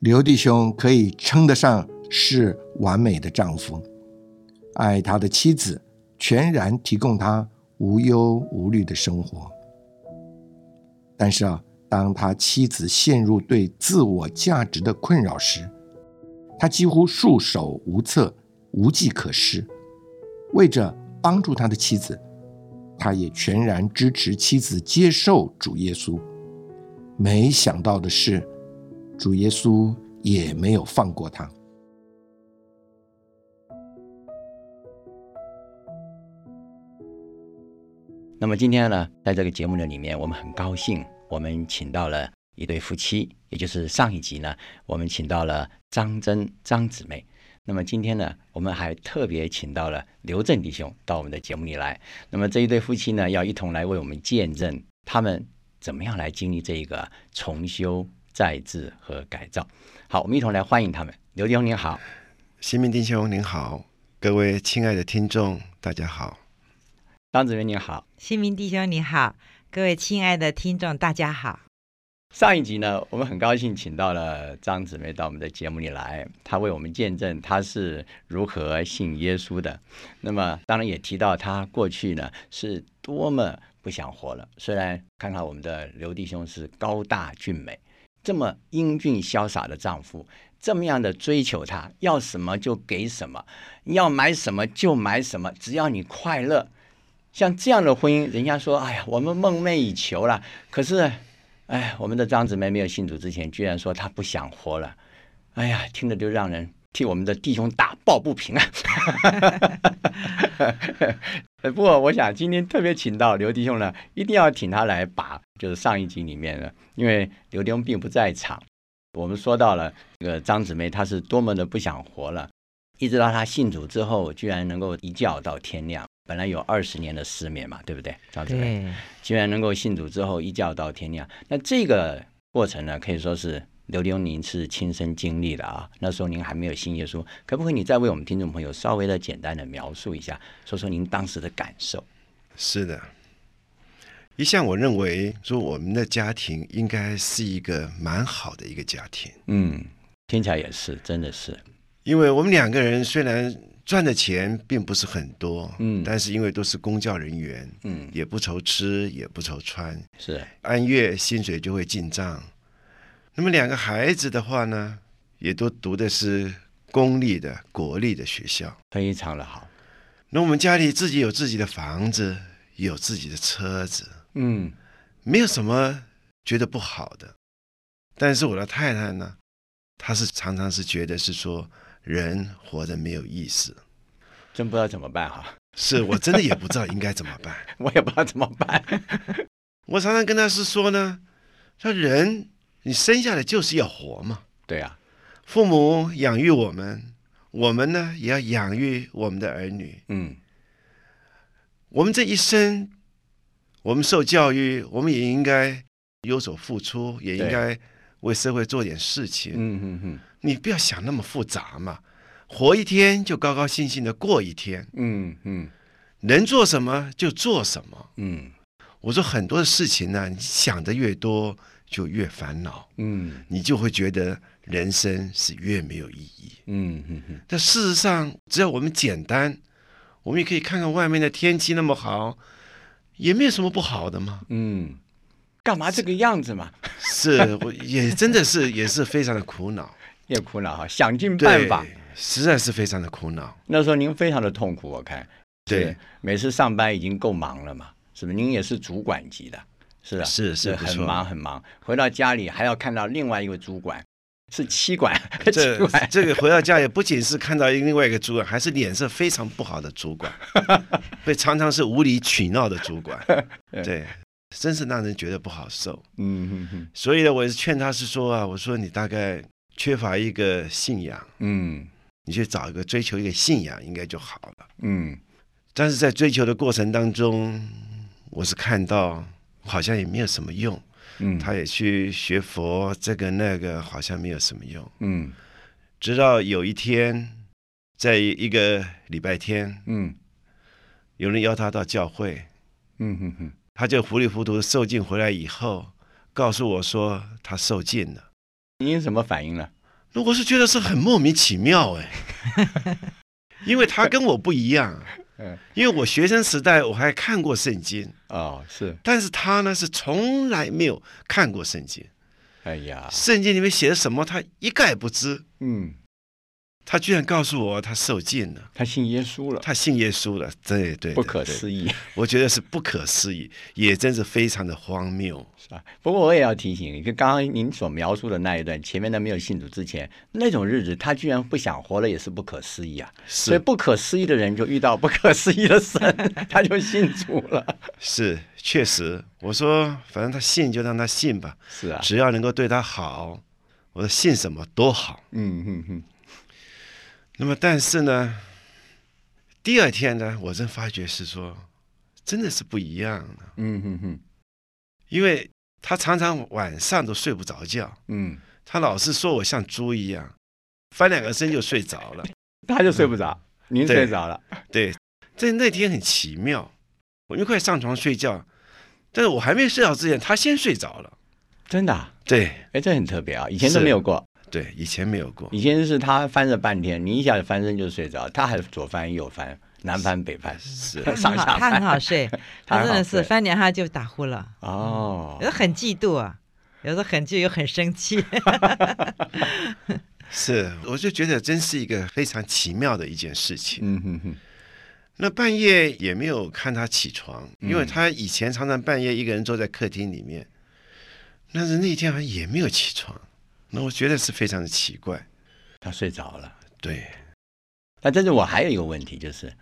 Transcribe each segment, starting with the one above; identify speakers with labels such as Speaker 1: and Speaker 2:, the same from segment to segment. Speaker 1: 刘弟兄可以称得上是完美的丈夫，爱他的妻子，全然提供他无忧无虑的生活。但是啊，当他妻子陷入对自我价值的困扰时，他几乎束手无策，无计可施。为着帮助他的妻子，他也全然支持妻子接受主耶稣。没想到的是，主耶稣也没有放过他。
Speaker 2: 那么今天呢，在这个节目的里面，我们很高兴，我们请到了一对夫妻，也就是上一集呢，我们请到了张真张姊妹。那么今天呢，我们还特别请到了刘正弟兄到我们的节目里来。那么这一对夫妻呢，要一同来为我们见证他们怎么样来经历这一个重修、再制和改造。好，我们一同来欢迎他们。刘弟兄您好，
Speaker 3: 新民弟兄您好，各位亲爱的听众，大家好。
Speaker 2: 张姊妹您好。
Speaker 4: 新民弟兄你好，各位亲爱的听众大家好。
Speaker 2: 上一集呢，我们很高兴请到了张姊妹到我们的节目里来，她为我们见证她是如何信耶稣的。那么，当然也提到她过去呢是多么不想活了。虽然看看我们的刘弟兄是高大俊美，这么英俊潇洒的丈夫，这么样的追求她，要什么就给什么，要买什么就买什么，只要你快乐。像这样的婚姻，人家说，哎呀，我们梦寐以求了，可是。哎，我们的张姊妹没有信主之前，居然说她不想活了。哎呀，听着就让人替我们的弟兄打抱不平啊！ 不过，我想今天特别请到刘弟兄呢，一定要请他来把就是上一集里面呢，因为刘弟兄并不在场，我们说到了这个张姊妹她是多么的不想活了，一直到她信主之后，居然能够一觉到天亮。本来有二十年的失眠嘛，对不对，张姊妹？
Speaker 4: 对，
Speaker 2: 居然能够信主之后一觉到天亮。那这个过程呢，可以说是刘刘您是亲身经历的啊。那时候您还没有信耶稣，可不可以你再为我们听众朋友稍微的简单的描述一下，说说您当时的感受？
Speaker 3: 是的，一向我认为说我们的家庭应该是一个蛮好的一个家庭，
Speaker 2: 嗯，听起来也是，真的是，
Speaker 3: 因为我们两个人虽然赚的钱并不是很多，
Speaker 2: 嗯
Speaker 3: 但是因为都是公教人员，
Speaker 2: 嗯，
Speaker 3: 也不愁吃，也不愁穿，
Speaker 2: 是，
Speaker 3: 按月薪水就会进账。那么两个孩子的话呢，也都读的是公立的、国立的学校。
Speaker 2: 非常的好。
Speaker 3: 那我们家里自己有自己的房子，有自己的车子，
Speaker 2: 嗯
Speaker 3: 没有什么觉得不好的。但是我的太太呢，她是常常是觉得是说人活着没有意思，
Speaker 2: 真不知道怎么办哈、
Speaker 3: 是我真的也不知道应该怎么办。
Speaker 2: 我也不知道怎么办。
Speaker 3: 我常常跟她是说呢，说人你生下来就是要活嘛，
Speaker 2: 对啊，
Speaker 3: 父母养育我们，我们呢也要养育我们的儿女。
Speaker 2: 嗯，
Speaker 3: 我们这一生，我们受教育，我们也应该有所付出，也应该为社会做点事情。
Speaker 2: 嗯嗯嗯
Speaker 3: 你不要想那么复杂嘛，活一天就高高兴兴的过一天，
Speaker 2: 嗯嗯
Speaker 3: 能做什么就做什么。
Speaker 2: 嗯
Speaker 3: 我说很多的事情呢，你想的越多就越烦恼，
Speaker 2: 嗯
Speaker 3: 你就会觉得人生是越没有意义。
Speaker 2: 嗯嗯嗯，
Speaker 3: 但事实上，只要我们简单，我们也可以看看外面的天气那么好，也没有什么不好的嘛。
Speaker 2: 嗯，干嘛这个样子嘛？
Speaker 3: 是我也真的是也是非常的苦恼，
Speaker 2: 也苦恼哈，想尽
Speaker 3: 对
Speaker 2: 办法。，
Speaker 3: 实在是非常的苦恼。
Speaker 2: 那时候您非常的痛苦，我看。
Speaker 3: 对，，
Speaker 2: 每次上班已经够忙了嘛，是不是？您也是主管级的，是吧？
Speaker 3: 是是不
Speaker 2: 很
Speaker 3: 错
Speaker 2: 忙很忙，回到家里还要看到另外一个主管，是妻管， 妻
Speaker 3: 这
Speaker 2: 管，
Speaker 3: 这个回到家也不仅是看到另外一个主管，还是脸色非常不好的主 管，被常常是无理取闹的主管，对，真是让人觉得不好受。
Speaker 2: 嗯哼哼
Speaker 3: 所以呢，我也是劝他是说啊，我说你大概缺乏一个信仰，
Speaker 2: 嗯
Speaker 3: 你去找一个追求一个信仰应该就好了。
Speaker 2: 嗯
Speaker 3: 但是在追求的过程当中，我是看到好像也没有什么用，
Speaker 2: 嗯，
Speaker 3: 他也去学佛，这个那个好像没有什么用。
Speaker 2: 嗯
Speaker 3: 直到有一天，在一个礼拜天，
Speaker 2: 嗯
Speaker 3: 有人邀他到教会，
Speaker 2: 嗯哼哼，
Speaker 3: 他就糊里糊涂受尽回来以后，告诉我说他受尽了。
Speaker 2: 您什么反应了？
Speaker 3: 那我是觉得是很莫名其妙 哎，因为他跟我不一样啊
Speaker 2: 嗯，
Speaker 3: 因为我学生时代我还看过圣经，
Speaker 2: 哦，是，
Speaker 3: 但是他呢是从来没有看过圣经，
Speaker 2: 哎呀，
Speaker 3: 圣经里面写的什么他一概不知。
Speaker 2: 嗯，
Speaker 3: 他居然告诉我他受尽了，
Speaker 2: 他信耶稣了，
Speaker 3: 他信耶稣了，对对，
Speaker 2: 不可
Speaker 3: 对
Speaker 2: 思议。
Speaker 3: 我觉得是不可思议，也真是非常的荒谬。
Speaker 2: 是啊，不过我也要提醒你，就刚刚您所描述的那一段，前面的没有信主之前那种日子，他居然不想活了，也是不可思议啊！所以
Speaker 3: 是
Speaker 2: 不可思议的人就遇到不可思议的神， 他就信主了。
Speaker 3: 是，确实，我说反正他信就让他信吧，
Speaker 2: 是啊，
Speaker 3: 只要能够对他好，我说信什么都好。
Speaker 2: 嗯嗯嗯，
Speaker 3: 那么但是呢，第二天呢，我真发觉是说，真的是不一样的，
Speaker 2: 嗯嗯嗯
Speaker 3: 因为他常常晚上都睡不着觉，
Speaker 2: 嗯，
Speaker 3: 他老是说我像猪一样，翻两个身就睡着了。
Speaker 2: 他就睡不着，您
Speaker 3: 对
Speaker 2: 睡着了，
Speaker 3: 对，这那天很奇妙，我就快上床睡觉，但是我还没睡着之前，他先睡着了。
Speaker 2: 真的、啊，
Speaker 3: 对
Speaker 2: 哎，这很特别啊，以前都
Speaker 3: 是
Speaker 2: 没有过。
Speaker 3: 对，以前没有过。
Speaker 2: 以前是他翻着半天，你一下子翻身就睡着，他还左翻右翻，南翻北翻，
Speaker 3: 是
Speaker 4: 他
Speaker 2: 上
Speaker 4: 很好，
Speaker 2: 下
Speaker 4: 他很
Speaker 2: 翻。
Speaker 4: 好睡，
Speaker 2: 他
Speaker 4: 他
Speaker 2: 很
Speaker 4: 真
Speaker 2: 好
Speaker 4: 的是
Speaker 2: 睡
Speaker 4: 翻脸他就打呼了，
Speaker 2: 哦
Speaker 4: 有，的很嫉妒啊，有的很嫉妒又很生气，
Speaker 3: 是，我就觉得真是一个非常奇妙的一件事情。
Speaker 2: 嗯哼哼，
Speaker 3: 那半夜也没有看他起床，因为他以前常常半夜一个人坐在客厅里面，但是那一天好像也没有起床，那我觉得是非常的奇怪。
Speaker 2: 他睡着了。
Speaker 3: 对，
Speaker 2: 那但是我还有一个问题就是，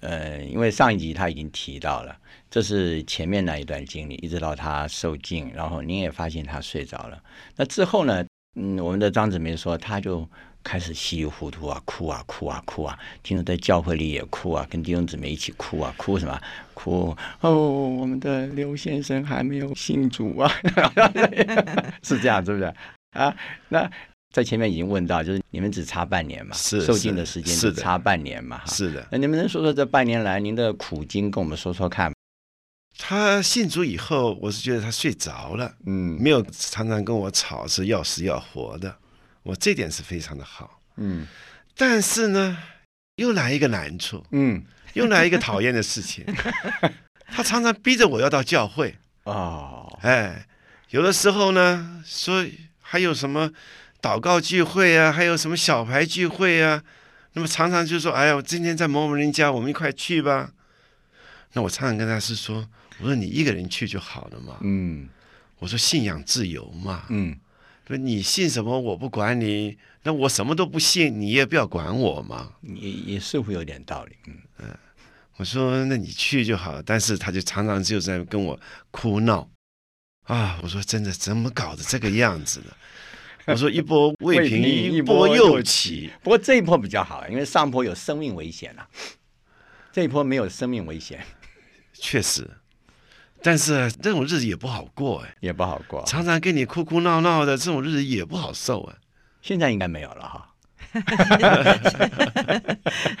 Speaker 2: 呃，因为上一集他已经提到了，这是前面那一段经历，一直到他受尽，然后您也发现他睡着了。那之后呢，嗯，我们的张子梅说，他就开始稀里糊涂啊，哭啊，哭啊，哭啊，听说在教会里也哭啊，跟弟兄姊妹一起哭啊，哭什么？哭哦，我们的刘先生还没有信主啊， 是这样，是不是？啊，那在前面已经问到，就是你们只差半年嘛，
Speaker 3: 是
Speaker 2: 受尽
Speaker 3: 是
Speaker 2: 的时间
Speaker 3: 是
Speaker 2: 只
Speaker 3: 的
Speaker 2: 差半年嘛，哈。
Speaker 3: 是的。
Speaker 2: 那你们哎能说说这半年来您的苦经，跟我们说说看？
Speaker 3: 他信主以后，我是觉得他睡着了。
Speaker 2: 嗯
Speaker 3: 没有常常跟我吵是要死要活的，我这点是非常的好。
Speaker 2: 嗯
Speaker 3: 但是呢，又来一个难处，
Speaker 2: 嗯
Speaker 3: 又来一个讨厌的事情。他常常逼着我要到教会，
Speaker 2: 哦
Speaker 3: 哎，有的时候呢说还有什么祷告聚会啊，还有什么小牌聚会啊，那么常常就说，哎呀，我今天在某某人家，我们一块去吧。那我常常跟他是说，我说你一个人去就好了嘛，
Speaker 2: 嗯
Speaker 3: 我说信仰自由嘛，
Speaker 2: 嗯
Speaker 3: 说你信什么我不管你，那我什么都不信，你也不要管我嘛。
Speaker 2: 也也似乎有点道理。嗯
Speaker 3: 我说那你去就好，但是他就常常就在跟我哭闹啊。我说真的怎么搞的这个样子的？我说一波未平
Speaker 2: 平一
Speaker 3: 波
Speaker 2: 波
Speaker 3: 又
Speaker 2: 又
Speaker 3: 起，
Speaker 2: 不过这一波比较好，因为上坡有生命危险啊，这一波没有生命危险，
Speaker 3: 确实。但是这种日子也不好过哎，
Speaker 2: 也不好过。
Speaker 3: 常常跟你哭哭闹闹的这种日子也不好受哎。
Speaker 2: 现在应该没有了哈。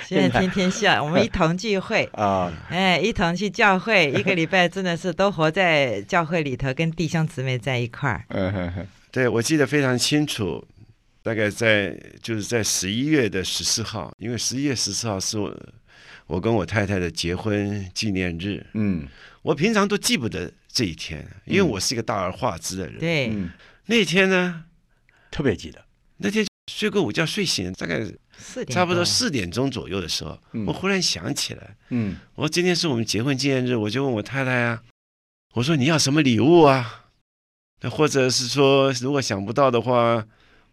Speaker 4: 现在天天笑。我们一同聚会，
Speaker 2: 啊、
Speaker 4: 哎，一同去教会，一个礼拜真的是都活在教会里头，跟弟兄姊妹在一块儿。
Speaker 2: 嗯哼哼
Speaker 3: 对，我记得非常清楚，大概在就是在十一月的十四号，因为十一月十四号是我我跟我太太的结婚纪念日。
Speaker 2: 嗯
Speaker 3: 我平常都记不得这一天，因为我是一个大而化之的人。
Speaker 4: 对，
Speaker 2: 嗯，
Speaker 3: 那天呢，
Speaker 2: 特别记得。
Speaker 3: 那天睡个午觉睡醒，大概
Speaker 4: 四点
Speaker 3: 差不多
Speaker 4: 多
Speaker 3: 四点钟左右的时候，
Speaker 2: 嗯
Speaker 3: 我忽然想起来，
Speaker 2: 嗯
Speaker 3: 我说今天是我们结婚纪念日，我就问我太太啊，我说你要什么礼物啊？那或者是说，如果想不到的话，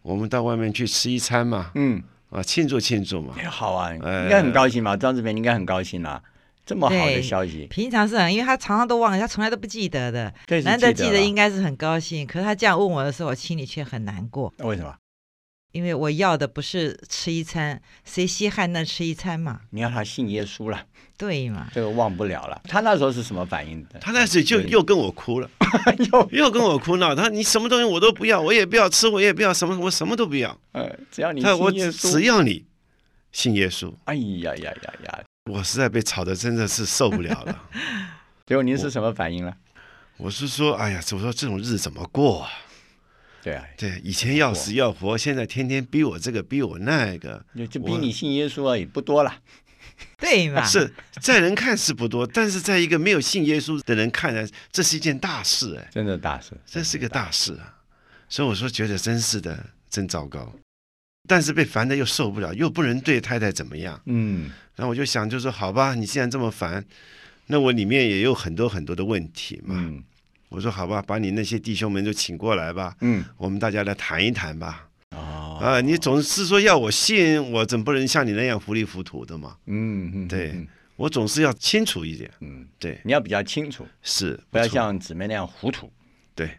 Speaker 3: 我们到外面去吃一餐嘛，
Speaker 2: 嗯，
Speaker 3: 啊，庆祝庆祝嘛。
Speaker 2: 哎好啊，应
Speaker 3: 哎
Speaker 2: 该很高兴吧？张志明应该很高兴啦，这么好的
Speaker 4: 对
Speaker 2: 消息，
Speaker 4: 平常是很，因为他常常都忘了，他从来都不记得的。
Speaker 2: 这是
Speaker 4: 难得
Speaker 2: 记
Speaker 4: 记得，应
Speaker 2: 了
Speaker 4: 该是很高兴。可是他这样问我的时候，我心里却很难过，
Speaker 2: 为什么？
Speaker 4: 因为我要的不是吃一餐，谁稀罕那吃一餐嘛？
Speaker 2: 你要他信耶稣了，
Speaker 4: 对嘛？
Speaker 2: 这个忘不了了。他那时候是什么反应的？
Speaker 3: 他那时就
Speaker 2: 对
Speaker 3: 又跟我哭了，
Speaker 2: 又
Speaker 3: 又跟我哭闹。他说你什么东西我都不要，我也不要吃，我也不要什么，我什么都不要。
Speaker 2: 呃，只要你
Speaker 3: 他说我
Speaker 2: 信耶
Speaker 3: 只
Speaker 2: 稣
Speaker 3: 只，要你信耶稣，
Speaker 2: 哎呀呀呀呀！
Speaker 3: 我实在被吵得真的是受不了了。
Speaker 2: 结果您是什么反应了？
Speaker 3: 我是说，哎呀，我说这种日子怎么过啊？
Speaker 2: 对啊，
Speaker 3: 对，以前要死要活，现在天天逼我这个逼我那个，
Speaker 2: 就就逼
Speaker 3: 我
Speaker 2: 你信耶稣而已，不多了。
Speaker 4: 对嘛？
Speaker 3: 是在人看是不多，但是在一个没有信耶稣的人看来，这是一件大事哎，
Speaker 2: 真的大事，
Speaker 3: 这是个大事啊。所以我说，觉得真是的，真糟糕。但是被烦的又受不了，又不能对太太怎么样。
Speaker 2: 嗯，
Speaker 3: 然后我就想，就说好吧，你既然这么烦，那我里面也有很多很多的问题嘛。
Speaker 2: 嗯
Speaker 3: 我说好吧，把你那些弟兄们就请过来吧，
Speaker 2: 嗯，
Speaker 3: 我们大家来谈一谈吧。
Speaker 2: 哦，
Speaker 3: 啊、你总是说要我信，我总不能像你那样糊里糊涂的嘛。
Speaker 2: 嗯嗯，
Speaker 3: 对
Speaker 2: 嗯，
Speaker 3: 我总是要清楚一点。
Speaker 2: 嗯，
Speaker 3: 对，
Speaker 2: 你要比较清楚，
Speaker 3: 是
Speaker 2: 不要
Speaker 3: 错
Speaker 2: 像姊妹那样糊涂。嗯
Speaker 3: 对，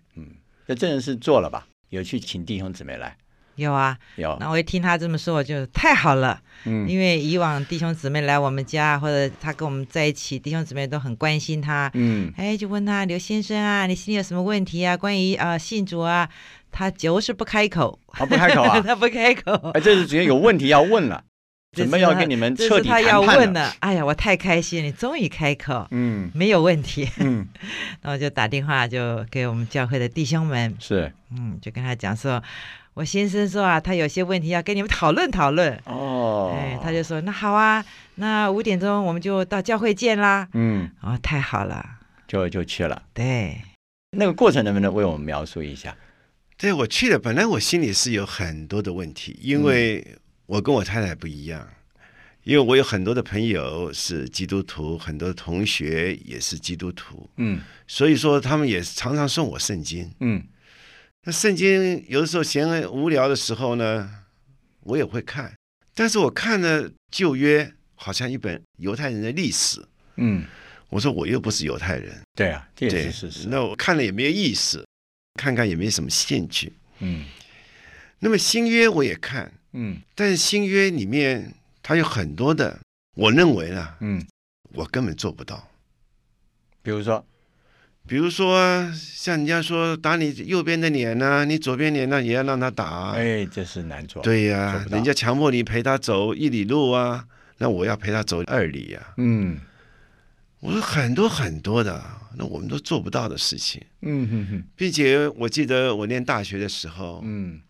Speaker 2: 这真的是做了吧？有去请弟兄姊妹来，
Speaker 4: 有啊。
Speaker 2: 有
Speaker 4: 然，后我一听他这么说，我就太好了，
Speaker 2: 嗯
Speaker 4: 因为以往弟兄姊妹来我们家，或者他跟我们在一起，弟兄姊妹都很关心他。
Speaker 2: 嗯，
Speaker 4: 哎，就问他刘先生啊，你心里有什么问题啊？关于啊、呃信主啊，他就是不开口，
Speaker 2: 啊，不开口啊，
Speaker 4: 他不开口。
Speaker 2: 哎，这是直接有问题要问了，
Speaker 4: 这
Speaker 2: 准
Speaker 4: 是
Speaker 2: 备要
Speaker 4: 他
Speaker 2: 跟你们
Speaker 4: 这
Speaker 2: 彻
Speaker 4: 是
Speaker 2: 底
Speaker 4: 他
Speaker 2: 谈
Speaker 4: 要
Speaker 2: 判
Speaker 4: 问了。哎呀，我太开心了，你终于开口，
Speaker 2: 嗯
Speaker 4: 没有问题。
Speaker 2: 嗯，
Speaker 4: 那我就打电话就给我们教会的弟兄们，
Speaker 2: 是
Speaker 4: 嗯，就跟他讲说，我先生说啊，他有些问题要跟你们讨论讨论。
Speaker 2: 哦，
Speaker 4: 哎，他就说那好啊，那五点钟我们就到教会见啦。
Speaker 2: 嗯，
Speaker 4: 哦，太好了，
Speaker 2: 就就去了。
Speaker 4: 对，
Speaker 2: 那个过程能不能为我们描述一下？
Speaker 3: 对我去了，本来我心里是有很多的问题，因
Speaker 2: 嗯
Speaker 3: 为我跟我太太不一样，因为我有很多的朋友是基督徒，很多同学也是基督徒，
Speaker 2: 嗯
Speaker 3: 所以说他们也常常送我圣经。
Speaker 2: 嗯
Speaker 3: 那圣经有的时候闲无聊的时候呢，我也会看，但是我看了旧约，好像一本犹太人的历史，
Speaker 2: 嗯，
Speaker 3: 我说我又不是犹太人，
Speaker 2: 对啊，这也
Speaker 3: 对，
Speaker 2: 是事实。
Speaker 3: 那我看了也没有意思，看看也没什么兴趣。
Speaker 2: 嗯
Speaker 3: 那么新约我也看，
Speaker 2: 嗯
Speaker 3: 但是新约里面它有很多的，我认为呢，
Speaker 2: 嗯，
Speaker 3: 我根本做不到。
Speaker 2: 比如说，
Speaker 3: 比如说，像人家说打你右边的脸呢、你左边脸呢、也要让他打啊、
Speaker 2: 哎，这是难做。，
Speaker 3: 对呀、
Speaker 2: 做不到
Speaker 3: 人家强迫你陪他走一里路啊，那我要陪他走二里呀、
Speaker 2: 嗯
Speaker 3: 我说很多很多的，那我们都做不到的事情，
Speaker 2: 嗯哼哼
Speaker 3: 并且我记得我念大学的时候，
Speaker 2: 嗯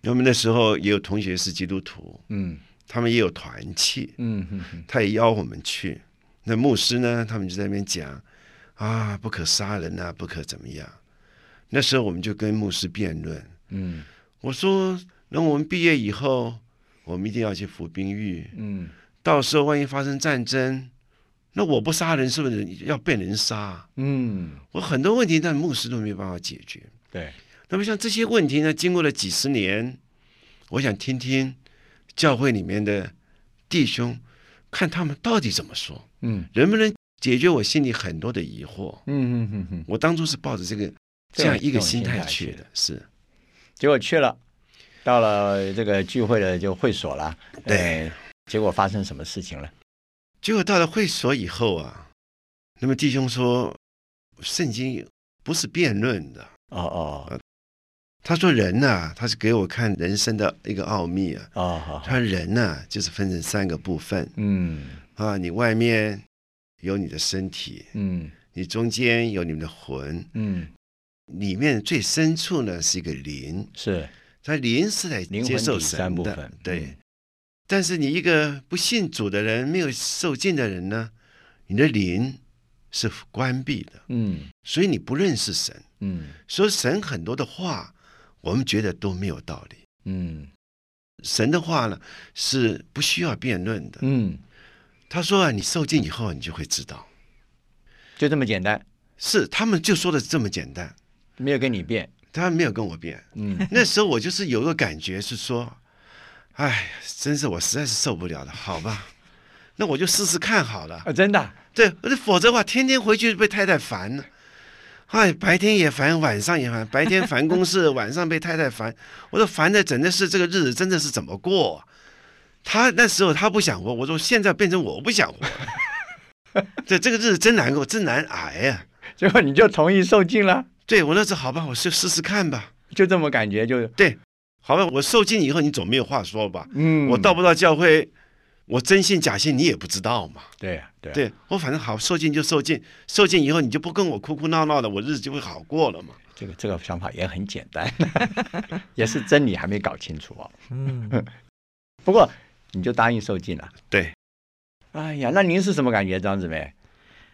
Speaker 3: 那么那时候也有同学是基督徒，
Speaker 2: 嗯
Speaker 3: 他们也有团契，
Speaker 2: 嗯哼哼，
Speaker 3: 他也邀我们去。那牧师呢，他们就在那边讲啊，不可杀人啊，不可怎么样。那时候我们就跟牧师辩论，
Speaker 2: 嗯
Speaker 3: 我说，那我们毕业以后，我们一定要去服兵役，
Speaker 2: 嗯
Speaker 3: 到时候万一发生战争，那我不杀人是不是要被人杀？
Speaker 2: 嗯，
Speaker 3: 我很多问题，但牧师都没办法解决。
Speaker 2: 对，
Speaker 3: 那么像这些问题呢，经过了几十年，我想听听教会里面的弟兄，看他们到底怎么说，
Speaker 2: 嗯
Speaker 3: 能不能解决我心里很多的疑惑。
Speaker 2: 嗯嗯嗯嗯，
Speaker 3: 我当初是抱着这个这样一个心态去的，是
Speaker 2: 结果去了，到了这个聚会的就会所了。
Speaker 3: 对
Speaker 2: 呃，结果发生什么事情了？
Speaker 3: 结果到了会所以后啊，那么弟兄说，圣经不是辩论的。
Speaker 2: 哦哦
Speaker 3: 他说人呐、他是给我看人生的一个奥秘啊。
Speaker 2: 哦，好，好
Speaker 3: 他人呐、就是分成三个部分
Speaker 2: 嗯
Speaker 3: 啊，你外面有你的身体，
Speaker 2: 嗯
Speaker 3: 你中间有你们的魂，
Speaker 2: 嗯，
Speaker 3: 里面最深处呢是一个灵，
Speaker 2: 是
Speaker 3: 它灵是来
Speaker 2: 灵魂
Speaker 3: 接受
Speaker 2: 第三
Speaker 3: 神
Speaker 2: 部
Speaker 3: 的
Speaker 2: 分，，嗯
Speaker 3: 对。但是你一个不信主的人，没有受浸的人呢，你的灵是关闭的，
Speaker 2: 嗯，
Speaker 3: 所以你不认识神。
Speaker 2: 嗯
Speaker 3: 所以神很多的话，我们觉得都没有道理。
Speaker 2: 嗯
Speaker 3: 神的话呢是不需要辩论的。
Speaker 2: 嗯，
Speaker 3: 他说啊，你受浸以后，你就会知道。
Speaker 2: 就这么简单，
Speaker 3: 是他们就说的这么简单，
Speaker 2: 没有跟你辩。
Speaker 3: 他没有跟我变。
Speaker 1: 嗯，
Speaker 3: 那时候我就是有一个感觉是说，哎，真是我实在是受不了了，好吧，那我就试试看好 了。
Speaker 2: 啊，真的啊，
Speaker 3: 对，否则的话，天天回去被太太烦了。哎，白天也烦，晚上也烦，白天烦公事，晚上被太太烦，我都烦的，真的是这个日子真的是怎么过？他那时候他不想活，我说现在变成我不想活了，对，这个日子真难过，真难挨呀、
Speaker 2: 结果你就同意受尽了，
Speaker 3: 对我那时候好吧，我就试试看吧，
Speaker 2: 就这么感觉就
Speaker 3: 好吧，我受尽以后你总没有话说吧？
Speaker 2: 嗯，
Speaker 3: 我到不到教会，我真信假信你也不知道嘛。
Speaker 2: 对啊对啊
Speaker 3: 对我反正好受尽就受尽，受尽以后你就不跟我哭哭闹闹的，我日子就会好过了嘛。
Speaker 2: 这个这个想法也很简 单，也是真理还没搞清楚哦。
Speaker 4: 嗯，
Speaker 2: 不过你就答应受尽了。
Speaker 3: 对，
Speaker 2: 哎呀，那您是什么感觉，张姊妹？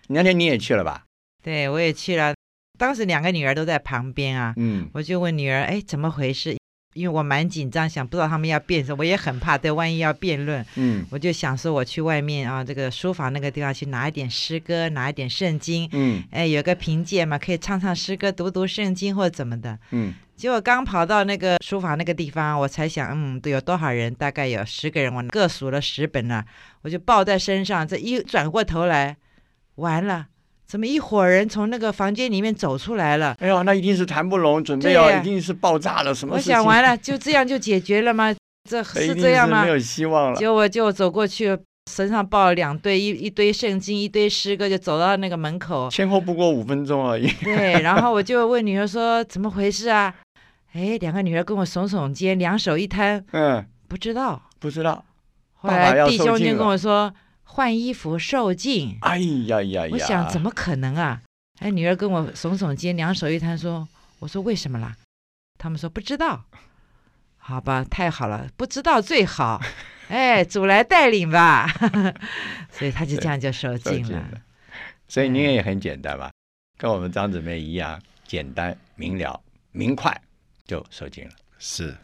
Speaker 2: 那天你也去了吧？
Speaker 4: 对我也去了，当时两个女儿都在旁边啊，
Speaker 2: 嗯，
Speaker 4: 我就问女儿，哎，怎么回事？因为我蛮紧张，想不知道他们要辩什么，我也很怕，对，万一要辩论，
Speaker 2: 嗯
Speaker 4: 我就想说我去外面啊，这个书房那个地方去拿一点诗歌，拿一点圣经，
Speaker 2: 嗯
Speaker 4: 哎，有个凭借嘛，可以唱唱诗歌，读读圣经或者怎么的。
Speaker 2: 嗯
Speaker 4: 结果刚跑到那个书房那个地方，我才想，嗯，有多少人？大概有十个人，我各数了十本了，我就抱在身上。这一转过头来，完了，怎么一伙人从那个房间里面走出来了？
Speaker 2: 哎呦，那一定是谈不拢，准备
Speaker 4: 对
Speaker 2: 要
Speaker 4: 呀
Speaker 2: 一定是爆炸了，什么
Speaker 4: 我
Speaker 2: 事情？
Speaker 4: 想完了，就这样就解决了吗？这
Speaker 2: 哎一
Speaker 4: 是
Speaker 2: 定
Speaker 4: 这样吗
Speaker 2: 没？有希望了。
Speaker 4: 结果就走过去，身上抱了两堆一一堆圣经，一堆诗歌，就走到那个门口。
Speaker 2: 前后不过五分钟而 已。
Speaker 4: 对，然后我就问女儿说：“怎么回事啊？”哎，两个女儿跟我耸耸肩，两手一摊，
Speaker 2: 嗯，
Speaker 4: 不知道。
Speaker 2: 不知道。
Speaker 4: 后
Speaker 2: 爸爸
Speaker 4: 来
Speaker 2: 要
Speaker 4: 弟
Speaker 2: 受
Speaker 4: 兄就
Speaker 2: 尽
Speaker 4: 跟
Speaker 2: 了
Speaker 4: 我说换衣服受尽，
Speaker 2: 哎呀呀呀！
Speaker 4: 我想怎么可能啊？哎，女儿跟我耸耸肩，两手一摊说：“我说为什么啦？”他们说不知道。好吧，太好了，不知道最好。哎，主来带领吧。 所以他就这样就受
Speaker 2: 受
Speaker 4: 尽
Speaker 2: 尽
Speaker 4: 了。
Speaker 2: 了。所以您也很简单吧，跟我们张姊妹一样，简单明了、明快就受尽了。
Speaker 3: 是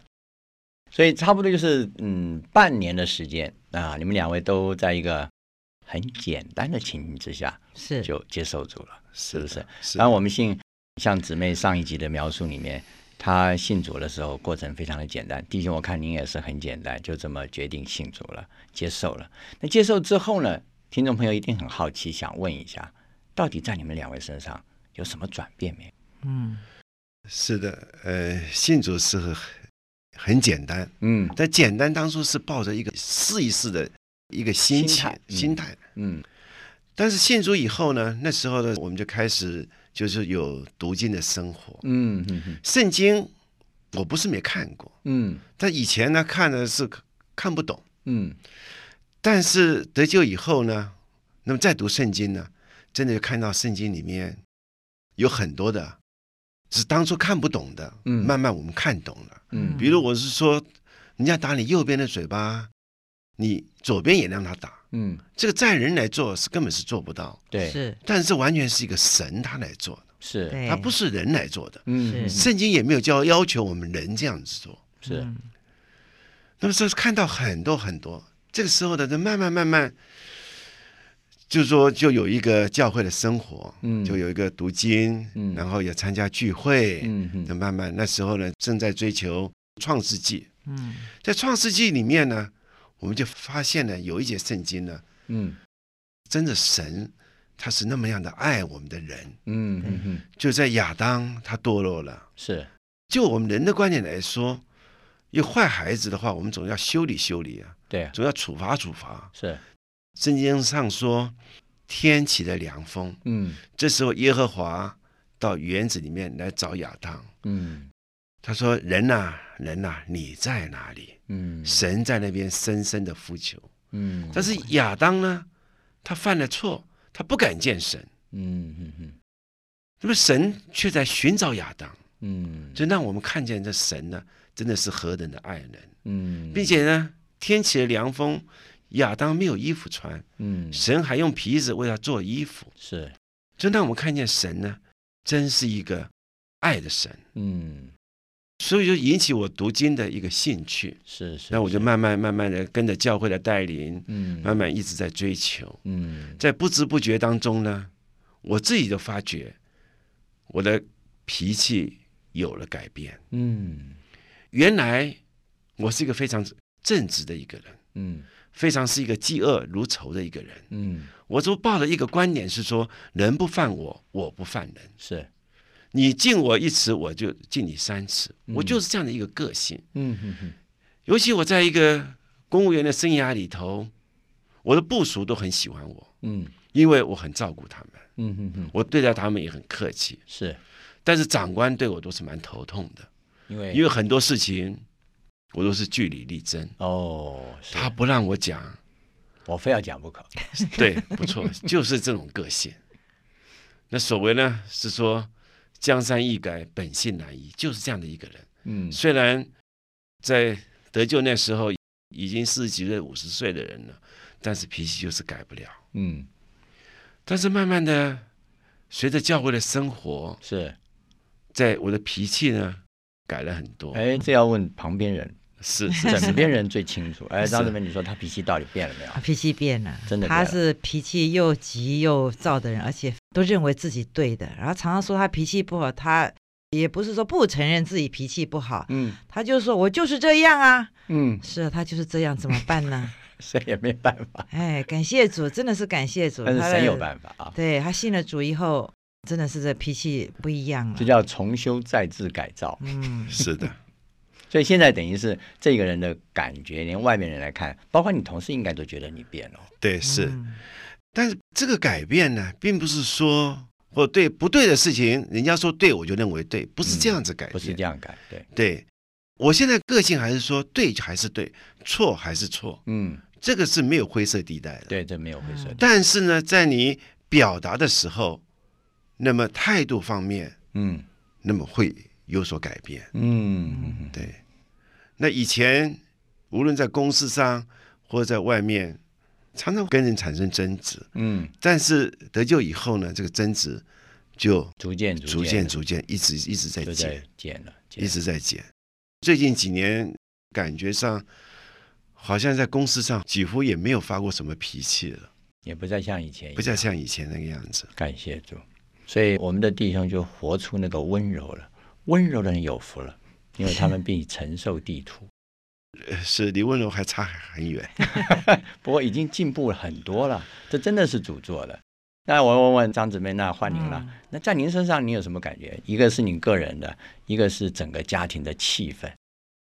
Speaker 2: 所以差不多就是嗯半年的时间啊，你们两位都在一个很简单的情形之下
Speaker 4: 是，
Speaker 2: 就接受主了，是不是？
Speaker 3: 是
Speaker 2: 然后我们信像姊妹上一集的描述里面，她信主的时候过程非常的简单。弟兄，我看您也是很简单，就这么决定信主了，接受了。那接受之后呢，听众朋友一定很好奇，想问一下，到底在你们两位身上有什么转变没有？
Speaker 4: 嗯，
Speaker 3: 是的，呃，信主是很很简单，
Speaker 2: 嗯
Speaker 3: 但简单当初是抱着一个试一试的一个
Speaker 2: 心
Speaker 3: 心情
Speaker 2: 态嗯
Speaker 3: 心态。
Speaker 2: 嗯
Speaker 3: 但是信主以后呢，那时候呢，我们就开始就是有读经的生活。
Speaker 2: 嗯嗯嗯
Speaker 3: 圣经我不是没看过，
Speaker 2: 嗯
Speaker 3: 但以前呢看的是看不懂。
Speaker 2: 嗯
Speaker 3: 但是得救以后呢，那么再读圣经呢，真的就看到圣经里面有很多的是当初看不懂的，
Speaker 2: 嗯
Speaker 3: 慢慢我们看懂了。
Speaker 2: 嗯
Speaker 3: 比如我是说，人家打你右边的嘴巴，你左边也让他打，
Speaker 2: 嗯，
Speaker 3: 这个在人来做是根本是做不到，
Speaker 2: 对，
Speaker 4: 是，
Speaker 3: 但是完全是一个神他来做的，
Speaker 2: 是
Speaker 4: 对，
Speaker 3: 他不是人来做的。
Speaker 2: 嗯
Speaker 4: 是
Speaker 3: 圣经也没有教要求我们人这样子做，
Speaker 2: 是
Speaker 4: 嗯
Speaker 3: 那么是看到很多很多，这个时候的人慢慢慢慢，就是说就有一个教会的生活，
Speaker 2: 嗯
Speaker 3: 就有一个读经，
Speaker 2: 嗯
Speaker 3: 然后也参加聚会，
Speaker 2: 嗯
Speaker 3: 那
Speaker 2: 嗯
Speaker 3: 慢慢那时候呢正在追求创世纪，
Speaker 4: 嗯
Speaker 3: 在创世纪里面呢，我们就发现呢有一节圣经呢，
Speaker 2: 嗯
Speaker 3: 真的神他是那么样的爱我们的人，
Speaker 2: 嗯嗯嗯，
Speaker 3: 就在亚当他堕落了，
Speaker 2: 是
Speaker 3: 就我们人的观点来说，有坏孩子的话，我们总要修理修理啊，
Speaker 2: 对，
Speaker 3: 总要处罚处罚。
Speaker 2: 是
Speaker 3: 圣经上说，天起了凉风，
Speaker 2: 嗯
Speaker 3: 这时候耶和华到园子里面来找亚当，
Speaker 2: 嗯
Speaker 3: 他说：“人呐、人呐、你在哪里？”
Speaker 2: 嗯
Speaker 3: 神在那边深深的呼求，
Speaker 2: 嗯，
Speaker 3: 但是亚当呢，他犯了错，他不敢见神，
Speaker 2: 嗯嗯嗯
Speaker 3: 那么神却在寻找亚当，
Speaker 2: 嗯，
Speaker 3: 就让我们看见这神呢，真的是何等的爱人，
Speaker 2: 嗯，
Speaker 3: 并且呢，天起了凉风，亚当没有衣服穿，
Speaker 2: 嗯
Speaker 3: 神还用皮子为他做衣服。
Speaker 2: 是
Speaker 3: 就让我们看见神呢，真是一个爱的神，
Speaker 2: 嗯
Speaker 3: 所以就引起我读经的一个兴趣。
Speaker 2: 是是，
Speaker 3: 那我就是慢慢慢慢的跟着教会的带领，
Speaker 2: 嗯
Speaker 3: 慢慢一直在追求，
Speaker 2: 嗯
Speaker 3: 在不知不觉当中呢，我自己就发觉我的脾气有了改变。
Speaker 2: 嗯
Speaker 3: 原来我是一个非常正直的一个人，
Speaker 2: 嗯
Speaker 3: 非常是一个嫉恶如仇的一个人。
Speaker 2: 嗯，
Speaker 3: 我就抱了一个观点是说，人不犯我，我不犯人。
Speaker 2: 是，
Speaker 3: 你敬我一尺，我就敬你三尺。我就是这样的一个个性。
Speaker 2: 嗯哼哼，
Speaker 3: 尤其我在一个公务员的生涯里头，我的部属都很喜欢我，
Speaker 2: 嗯
Speaker 3: 因为我很照顾他们，
Speaker 2: 嗯哼哼，
Speaker 3: 我对待他们也很客气。
Speaker 2: 是
Speaker 3: 但是长官对我都是蛮头痛的，
Speaker 2: 因为
Speaker 3: 因为很多事情我都是据理力争，
Speaker 2: 哦，是
Speaker 3: 他不让我讲。
Speaker 2: 我非要讲不可。
Speaker 3: 对，不错，就是这种个性。那所谓呢，是说江山易改，本性难移，就是这样的一个人。
Speaker 2: 嗯
Speaker 3: 虽然在得救那时候已经四十几岁、五十岁的人了，但是脾气就是改不了。
Speaker 2: 嗯，
Speaker 3: 但是慢慢的，随着教会的生活，
Speaker 2: 是。
Speaker 3: 在我的脾气呢改了很多。，
Speaker 2: 哎，这要问旁边人，
Speaker 3: 是是
Speaker 2: 枕边人最清楚。哎，
Speaker 3: 是
Speaker 2: 张志明，你说他脾气到底变了 没有
Speaker 4: 啊？脾气变了，
Speaker 2: 真的变
Speaker 4: 他
Speaker 2: 了
Speaker 4: 是脾气又急又躁的人，而且都认为自己对的，然后常常说他脾气不好，他也不是说不承认自己脾气不好，
Speaker 2: 嗯
Speaker 4: 他就说我就是这样啊，
Speaker 2: 嗯，
Speaker 4: 是啊，他就是这样，怎么办呢？
Speaker 2: 谁也没办法，
Speaker 4: 哎，感谢主，真的是感谢主，
Speaker 2: 但是
Speaker 4: 他
Speaker 2: 神
Speaker 4: 的
Speaker 2: 有办法啊。
Speaker 4: 对他信了主以后，真的是这脾气不一样了
Speaker 2: 这。叫重修再制改造，
Speaker 4: 嗯，
Speaker 3: 是的，
Speaker 2: 所以现在等于是这个人的感觉，连外面人来看，包括你同事应该都觉得你变了。
Speaker 3: 对是。
Speaker 4: 嗯
Speaker 3: 但是这个改变呢，并不是说我对不对的事情，人家说对我就认为对，不是这样子改变。
Speaker 2: 嗯不是这样改，对，
Speaker 3: 对，我现在个性还是说对还是对，错还是错，
Speaker 2: 嗯，
Speaker 3: 这个是没有灰色地带的。
Speaker 2: 对，这没有灰色地，
Speaker 3: 但是呢，在你表达的时候，那么态度方面，
Speaker 2: 嗯
Speaker 3: 那么会有所改变。
Speaker 2: 嗯
Speaker 3: 对，那以前无论在公司上或者在外面，常常跟人产生争执，
Speaker 2: 嗯，
Speaker 3: 但是得救以后呢，这个争执就
Speaker 2: 逐渐
Speaker 3: 逐渐
Speaker 2: 渐
Speaker 3: 逐渐一直一直在
Speaker 2: 就
Speaker 3: 减
Speaker 2: 在，减了，减
Speaker 3: 一直在减。最近几年感觉上，好像在公司上几乎也没有发过什么脾气了，
Speaker 2: 也不再像以前一样，
Speaker 3: 不再像以前那个样子。
Speaker 2: 感谢主，所以我们的弟兄就活出那个温柔了。温柔的人有福了，因为他们必承受地土。
Speaker 3: 呃是离温柔还差很远。
Speaker 2: 不过已经进步了很多了，这真的是主做的。那我问问张姊妹，那换您了。
Speaker 4: 嗯
Speaker 2: 那在您身上，你有什么感觉？一个是你个人的，一个是整个家庭的气氛。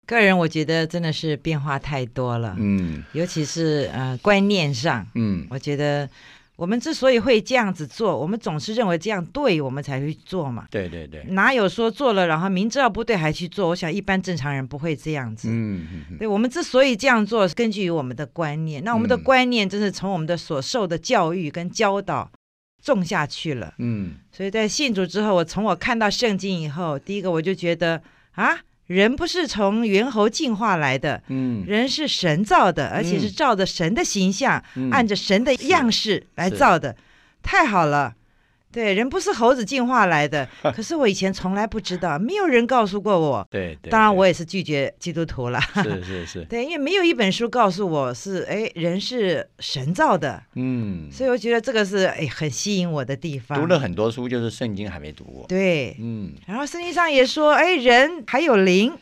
Speaker 4: 个人我觉得真的是变化太多了，
Speaker 2: 嗯
Speaker 4: 尤其是呃观念上，
Speaker 2: 嗯
Speaker 4: 我觉得我们之所以会这样子做，我们总是认为这样对，我们才会做嘛。
Speaker 2: 对对对，
Speaker 4: 哪有说做了然后明知道不对还去做？我想一般正常人不会这样子。
Speaker 2: 嗯嗯嗯
Speaker 4: 对我们之所以这样做，是根据于我们的观念。那我们的
Speaker 2: 嗯
Speaker 4: 观念真是从我们的所受的教育跟教导种下去了。
Speaker 2: 嗯，
Speaker 4: 所以在信主之后，我从我看到圣经以后，第一个我就觉得啊，人不是从猿猴进化来的，
Speaker 2: 嗯
Speaker 4: 人是神造的，而且是
Speaker 2: 嗯
Speaker 4: 照着神的形象，
Speaker 2: 嗯
Speaker 4: 按着神的样式来造的，太好了。对，人不是猴子进化来 的，可是我以前从来不知道，没有人告诉过我。
Speaker 2: 对对，
Speaker 4: 当然，我
Speaker 2: 也
Speaker 4: 也是拒绝基督徒了。
Speaker 2: 是是是，
Speaker 4: 对，因为没有一本书告诉我是，哎，人是神造的，
Speaker 2: 嗯，
Speaker 4: 所以我觉得这个是哎很吸引我的地方。
Speaker 2: 读了很多书，就是圣经还没读过。
Speaker 4: 对，
Speaker 2: 嗯
Speaker 4: 然后圣经上也说，哎，人还有灵，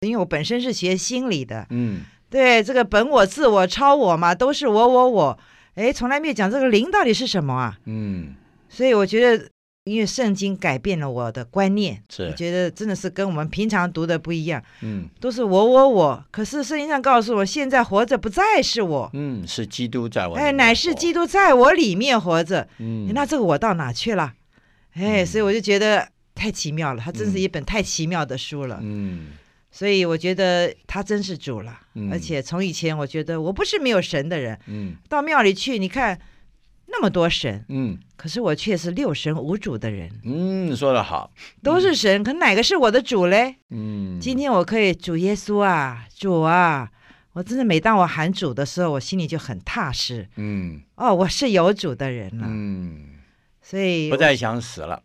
Speaker 4: 因为我本身是学心理的，
Speaker 2: 嗯
Speaker 4: 对这个本我、自我、超我嘛，都是我我我，哎，从来没有讲这个灵到底是什么啊。
Speaker 2: 嗯，
Speaker 4: 所以我觉得，因为圣经改变了我的观念，我
Speaker 2: 是
Speaker 4: 觉得真的是跟我们平常读的不一样，
Speaker 2: 嗯
Speaker 4: 都是我我我。可是圣经上告诉我，现在活着不再是我，
Speaker 2: 嗯，是基督在我里面活。
Speaker 4: 哎，乃是基督在我里面活着。哎
Speaker 2: 嗯，
Speaker 4: 那这个我到哪去了？哎，
Speaker 2: 嗯
Speaker 4: 所以我就觉得太奇妙了，它真是一本太奇妙的书了。
Speaker 2: 嗯
Speaker 4: 所以我觉得他真是主了，
Speaker 2: 嗯
Speaker 4: 而且从以前我觉得我不是没有神的人，
Speaker 2: 嗯
Speaker 4: 到庙里去，你看那么多神，
Speaker 2: 嗯
Speaker 4: 可是我却是六神无主的人，
Speaker 2: 嗯，说得好。
Speaker 4: 都是神，可哪个是我的主嘞？
Speaker 2: 嗯，
Speaker 4: 今天我可以主耶稣啊，主啊，我真的每当我喊主的时候，我心里就很踏实，
Speaker 2: 嗯
Speaker 4: 哦，我是有主的人了，
Speaker 2: 嗯，
Speaker 4: 所以
Speaker 2: 不再想死了。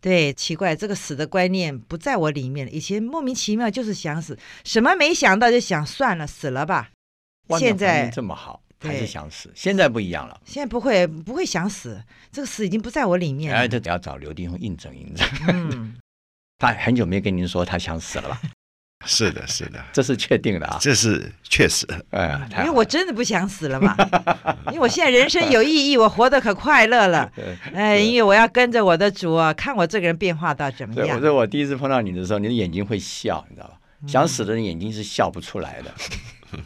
Speaker 4: 对，奇怪，这个死的观念不在我里面了。以前莫名其妙就是想死，什么没想到就想算了，死了吧。
Speaker 2: 外面
Speaker 4: 现
Speaker 2: 环
Speaker 4: 在
Speaker 2: 境这么好，
Speaker 4: 对
Speaker 2: 还是想死。现在不一样了。
Speaker 4: 现在不会不
Speaker 2: 哎
Speaker 4: 会想死，这个死已经不在我里面 了。
Speaker 2: 哎，这得要找刘定宏印证印证。
Speaker 4: 嗯，
Speaker 2: 他很久没跟您说他想死了 吧？
Speaker 3: 是的，是的，
Speaker 2: 这是确定的啊！
Speaker 3: 这是确实。
Speaker 2: 哎呀，
Speaker 4: 因
Speaker 2: 太
Speaker 4: 为
Speaker 2: 好
Speaker 4: 我
Speaker 2: 了
Speaker 4: 真的不想死了嘛，因为我现在人生有意义，我活得可快乐了。
Speaker 2: 对
Speaker 4: 哎，因为我要跟着我的主啊，看我这个人变化到怎么
Speaker 2: 对，我
Speaker 4: 样。嗯
Speaker 2: 说我第一次碰到你的时候，你的眼睛会笑，你知道吧？想死的人眼睛是笑不出来的。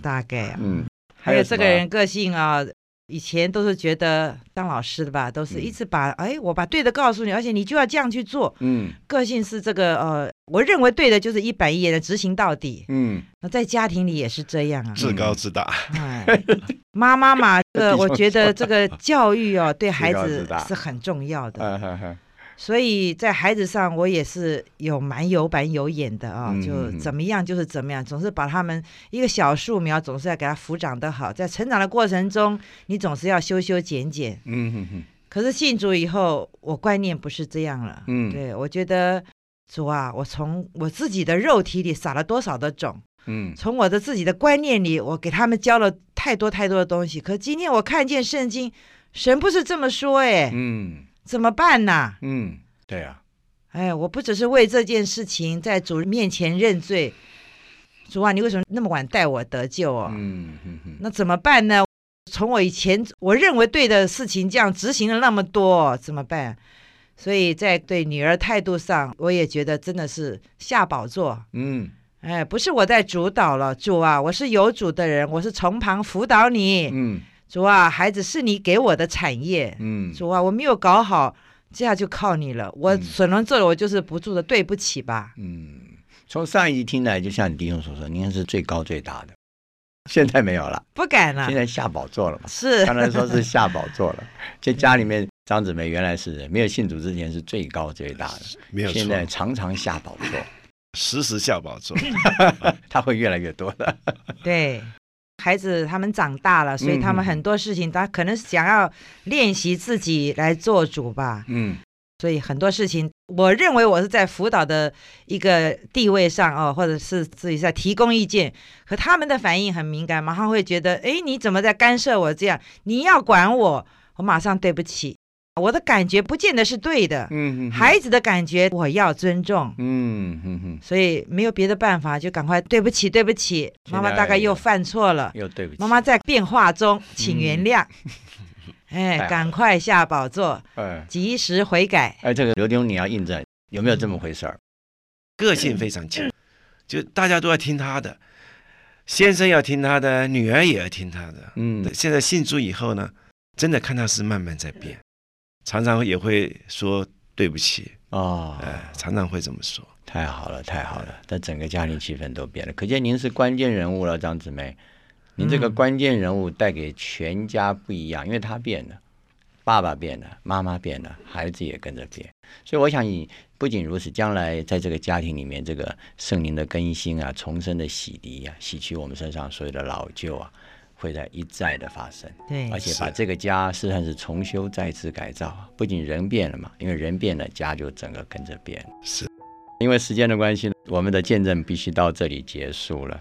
Speaker 4: 大概啊，
Speaker 2: 嗯，
Speaker 4: 哎还有这个
Speaker 2: 什么
Speaker 4: 人个性啊，以前都是觉得当老师的吧，都是一直把、哎，我把对的告诉你，而且你就要这样去做。
Speaker 2: 嗯
Speaker 4: 个性是这个呃，我认为对的就是一板一眼的执行到底。
Speaker 2: 嗯，
Speaker 4: 那在家庭里也是这样啊。
Speaker 3: 自高自大，
Speaker 4: 哎，妈妈 嘛，这个我觉得这个教育哦，对孩
Speaker 2: 自高自
Speaker 4: 子
Speaker 2: 大
Speaker 4: 是很重要的。
Speaker 2: 啊哈哈
Speaker 4: 所以在孩子上，我也是有蛮有板有眼的啊、
Speaker 2: 嗯
Speaker 4: 就怎么样就是怎么样，总是把他们一个小树苗，总是要给它抚长得好。在成长的过程中，你总是要修修剪剪。
Speaker 2: 嗯哼哼
Speaker 4: 可是信主以后，我观念不是这样了。
Speaker 2: 嗯
Speaker 4: 对我觉得主啊，我从我自己的肉体里撒了多少的种，
Speaker 2: 嗯
Speaker 4: 从我的自己的观念里，我给他们教了太多太多的东西。可今天我看见圣经，神不是这么说，哎，
Speaker 2: 嗯
Speaker 4: 怎么办呐、
Speaker 2: 嗯， 对啊，
Speaker 4: 哎，我不只是为这件事情在主面前认罪，主啊，你为什么那么晚带我得救哦？
Speaker 2: 嗯哼哼，
Speaker 4: 那怎么办呢？从我以前我认为对的事情，这样执行了那么多，怎么办？所以在对女儿态度上，我也觉得真的是下宝座。
Speaker 2: 嗯
Speaker 4: 哎，不是我在主导了，主啊，我是有主的人，我是从旁辅导你。
Speaker 2: 嗯
Speaker 4: 主啊，孩子是你给我的产业，
Speaker 2: 嗯，
Speaker 4: 主啊，我没有搞好，这下就靠你了。我
Speaker 2: 嗯
Speaker 4: 所能做的，我就是不住的对不起吧。
Speaker 2: 嗯，从上一集听来，就像你弟兄所说，您是最高最大 的，现在没有了，
Speaker 4: 不敢了
Speaker 2: 现，在下宝座了嘛。
Speaker 4: 是
Speaker 2: 刚才说是下宝座了，这家里面张姊妹原来是没有信主之前是最高最大的，
Speaker 3: 没有
Speaker 2: 现在
Speaker 3: 错，
Speaker 2: 常常下宝座，
Speaker 3: 时时下宝座。
Speaker 2: 他会越来越多的。
Speaker 4: 对。孩子他们长大了，所以他们
Speaker 2: 嗯
Speaker 4: 很多事情，他可能想要练习自己来做主吧。
Speaker 2: 嗯
Speaker 4: 所以很多事情，我认为我是在辅导的一个地位上哦，或者是自己在提供意见，可他们的反应很敏感，马上会觉得，哎，你怎么在干涉我这样？你要管我，我马上对不起，我的感觉不见得是对的，
Speaker 2: 嗯，
Speaker 4: 孩子的感觉我要尊重。
Speaker 2: 嗯嗯嗯，
Speaker 4: 所以没有别的办法，就赶快对不起，对不起，
Speaker 2: 现在
Speaker 4: 妈妈大概又犯错了，
Speaker 2: 又对不起
Speaker 4: 妈妈，在变化中，请原谅。
Speaker 2: 嗯太好
Speaker 4: 哎，
Speaker 2: 了
Speaker 4: 赶快下宝座，
Speaker 2: 哎
Speaker 4: 及时悔改。
Speaker 2: 哎，这个刘丁你要印证有没有这么回事儿？
Speaker 3: 个性非常强，就大家都要听他的，先生要听他的，女儿也要听他的。
Speaker 2: 嗯
Speaker 3: 现在信主以后呢，真的看他是慢慢在变，常常也会说对不起，
Speaker 2: 哦，
Speaker 3: 呃，常常会这么说。
Speaker 2: 太好了，太好了，但整个家庭气氛都变了。可见您是关键人物了，张姊妹，您这个
Speaker 4: 嗯
Speaker 2: 关键人物带给全家不一样，因为他变了，爸爸变了，妈妈变了，孩子也跟着变。所以我想，你不仅如此，将来在这个家庭里面，这个圣灵的更新啊，重生的洗涤啊，洗去我们身上所有的老旧啊，会在一再的发生。
Speaker 4: 对，
Speaker 2: 而且把
Speaker 3: 是
Speaker 2: 这个家实际上是重修、再次改造啊，不仅人变了嘛，因为人变了，家就整个跟着变。
Speaker 3: 是，
Speaker 2: 因为时间的关系，我们的见证必须到这里结束了，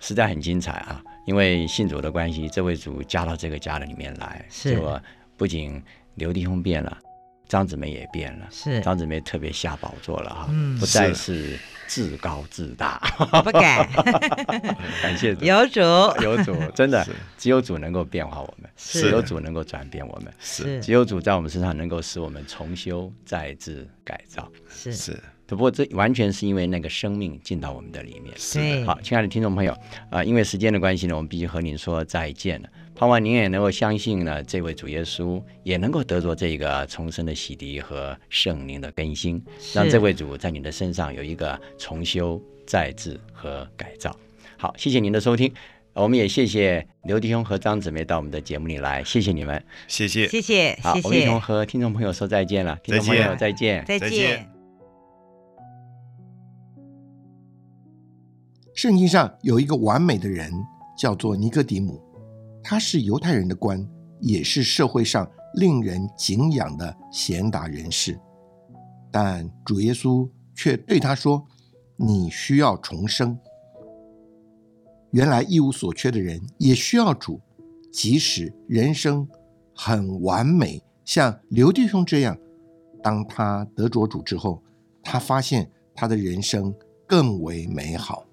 Speaker 2: 实在很精彩啊！因为信主的关系，这位主加到这个家的里面来，
Speaker 4: 是
Speaker 2: 结果不仅刘弟兄变了，张姊妹也变了。
Speaker 4: 是
Speaker 2: 张姊妹特别下宝座了哈、
Speaker 4: 嗯
Speaker 2: 不再是自高自大，
Speaker 4: 不敢，
Speaker 2: 感谢主。
Speaker 4: 有主
Speaker 2: 有主，真的
Speaker 3: 是，
Speaker 2: 只有主能够变化我们，
Speaker 4: 是
Speaker 2: 只有主能够转变我们，
Speaker 3: 是
Speaker 2: 只有主在我们身上能够使我们重修、再制、改造。
Speaker 4: 是
Speaker 3: 是
Speaker 4: 是，
Speaker 2: 只不过这完全是因为那个生命进到我们的里面。
Speaker 3: 是的，
Speaker 4: 对，
Speaker 2: 好，亲爱的听众朋友，啊、因为时间的关系呢，我们必须和您说再见了。盼望您也能够相信呢，这位主耶稣也能够得着这个重生的洗涤和圣灵的更新，
Speaker 4: 是
Speaker 2: 让这位主在你的身上有一个重修、再制和改造。好，谢谢您的收听，我们也谢谢刘弟兄和张姊妹到我们的节目里来，谢谢你们。
Speaker 3: 谢谢。
Speaker 4: 谢谢
Speaker 2: 好，
Speaker 4: 谢
Speaker 2: 我们一同
Speaker 4: 谢，
Speaker 2: 和听众朋友说再见了，听众朋
Speaker 3: 再
Speaker 2: 友
Speaker 3: 见
Speaker 2: 再见。
Speaker 4: 再
Speaker 3: 再
Speaker 4: 见
Speaker 3: 见。
Speaker 1: 圣经上有一个完美的人，叫做尼哥底母，他是犹太人的官，也是社会上令人敬仰的贤达人士。但主耶稣却对他说：“你需要重生。”原来一无所缺的人也需要主，即使人生很完美，像刘弟兄这样，当他得着主之后，他发现他的人生更为美好。